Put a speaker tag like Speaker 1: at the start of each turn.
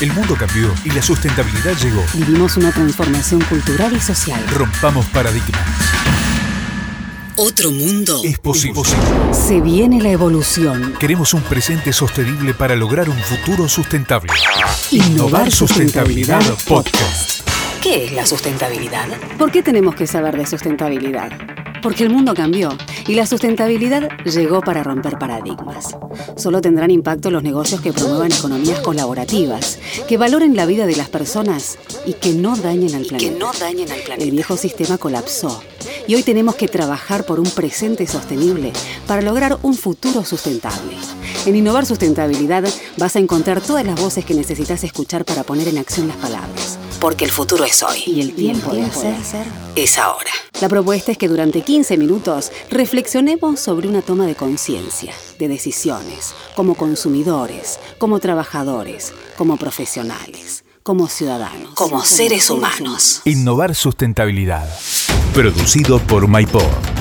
Speaker 1: El mundo cambió y la sustentabilidad llegó.
Speaker 2: Vivimos una transformación cultural y social.
Speaker 1: Rompamos paradigmas.
Speaker 2: Otro mundo.
Speaker 1: Es posible.
Speaker 2: Se viene la evolución.
Speaker 1: Queremos un presente sostenible para lograr un futuro sustentable.
Speaker 2: Innovar Sustentabilidad
Speaker 1: Podcast.
Speaker 2: ¿Qué es la sustentabilidad? ¿Por qué tenemos que saber de sustentabilidad? Porque el mundo cambió y la sustentabilidad llegó para romper paradigmas. Solo tendrán impacto los negocios que promuevan economías colaborativas, que valoren la vida de las personas y que no dañen al planeta. El viejo sistema colapsó y hoy tenemos que trabajar por un presente sostenible para lograr un futuro sustentable. En Innovar Sustentabilidad vas a encontrar todas las voces que necesitas escuchar para poner en acción las palabras. Porque el futuro es hoy. Y el tiempo, de hacer es ahora. La propuesta es que durante 15 minutos reflexionemos sobre una toma de conciencia, de decisiones, como consumidores, como trabajadores, como profesionales, como ciudadanos, como seres humanos.
Speaker 1: Innovar sustentabilidad. Producido por MyPod.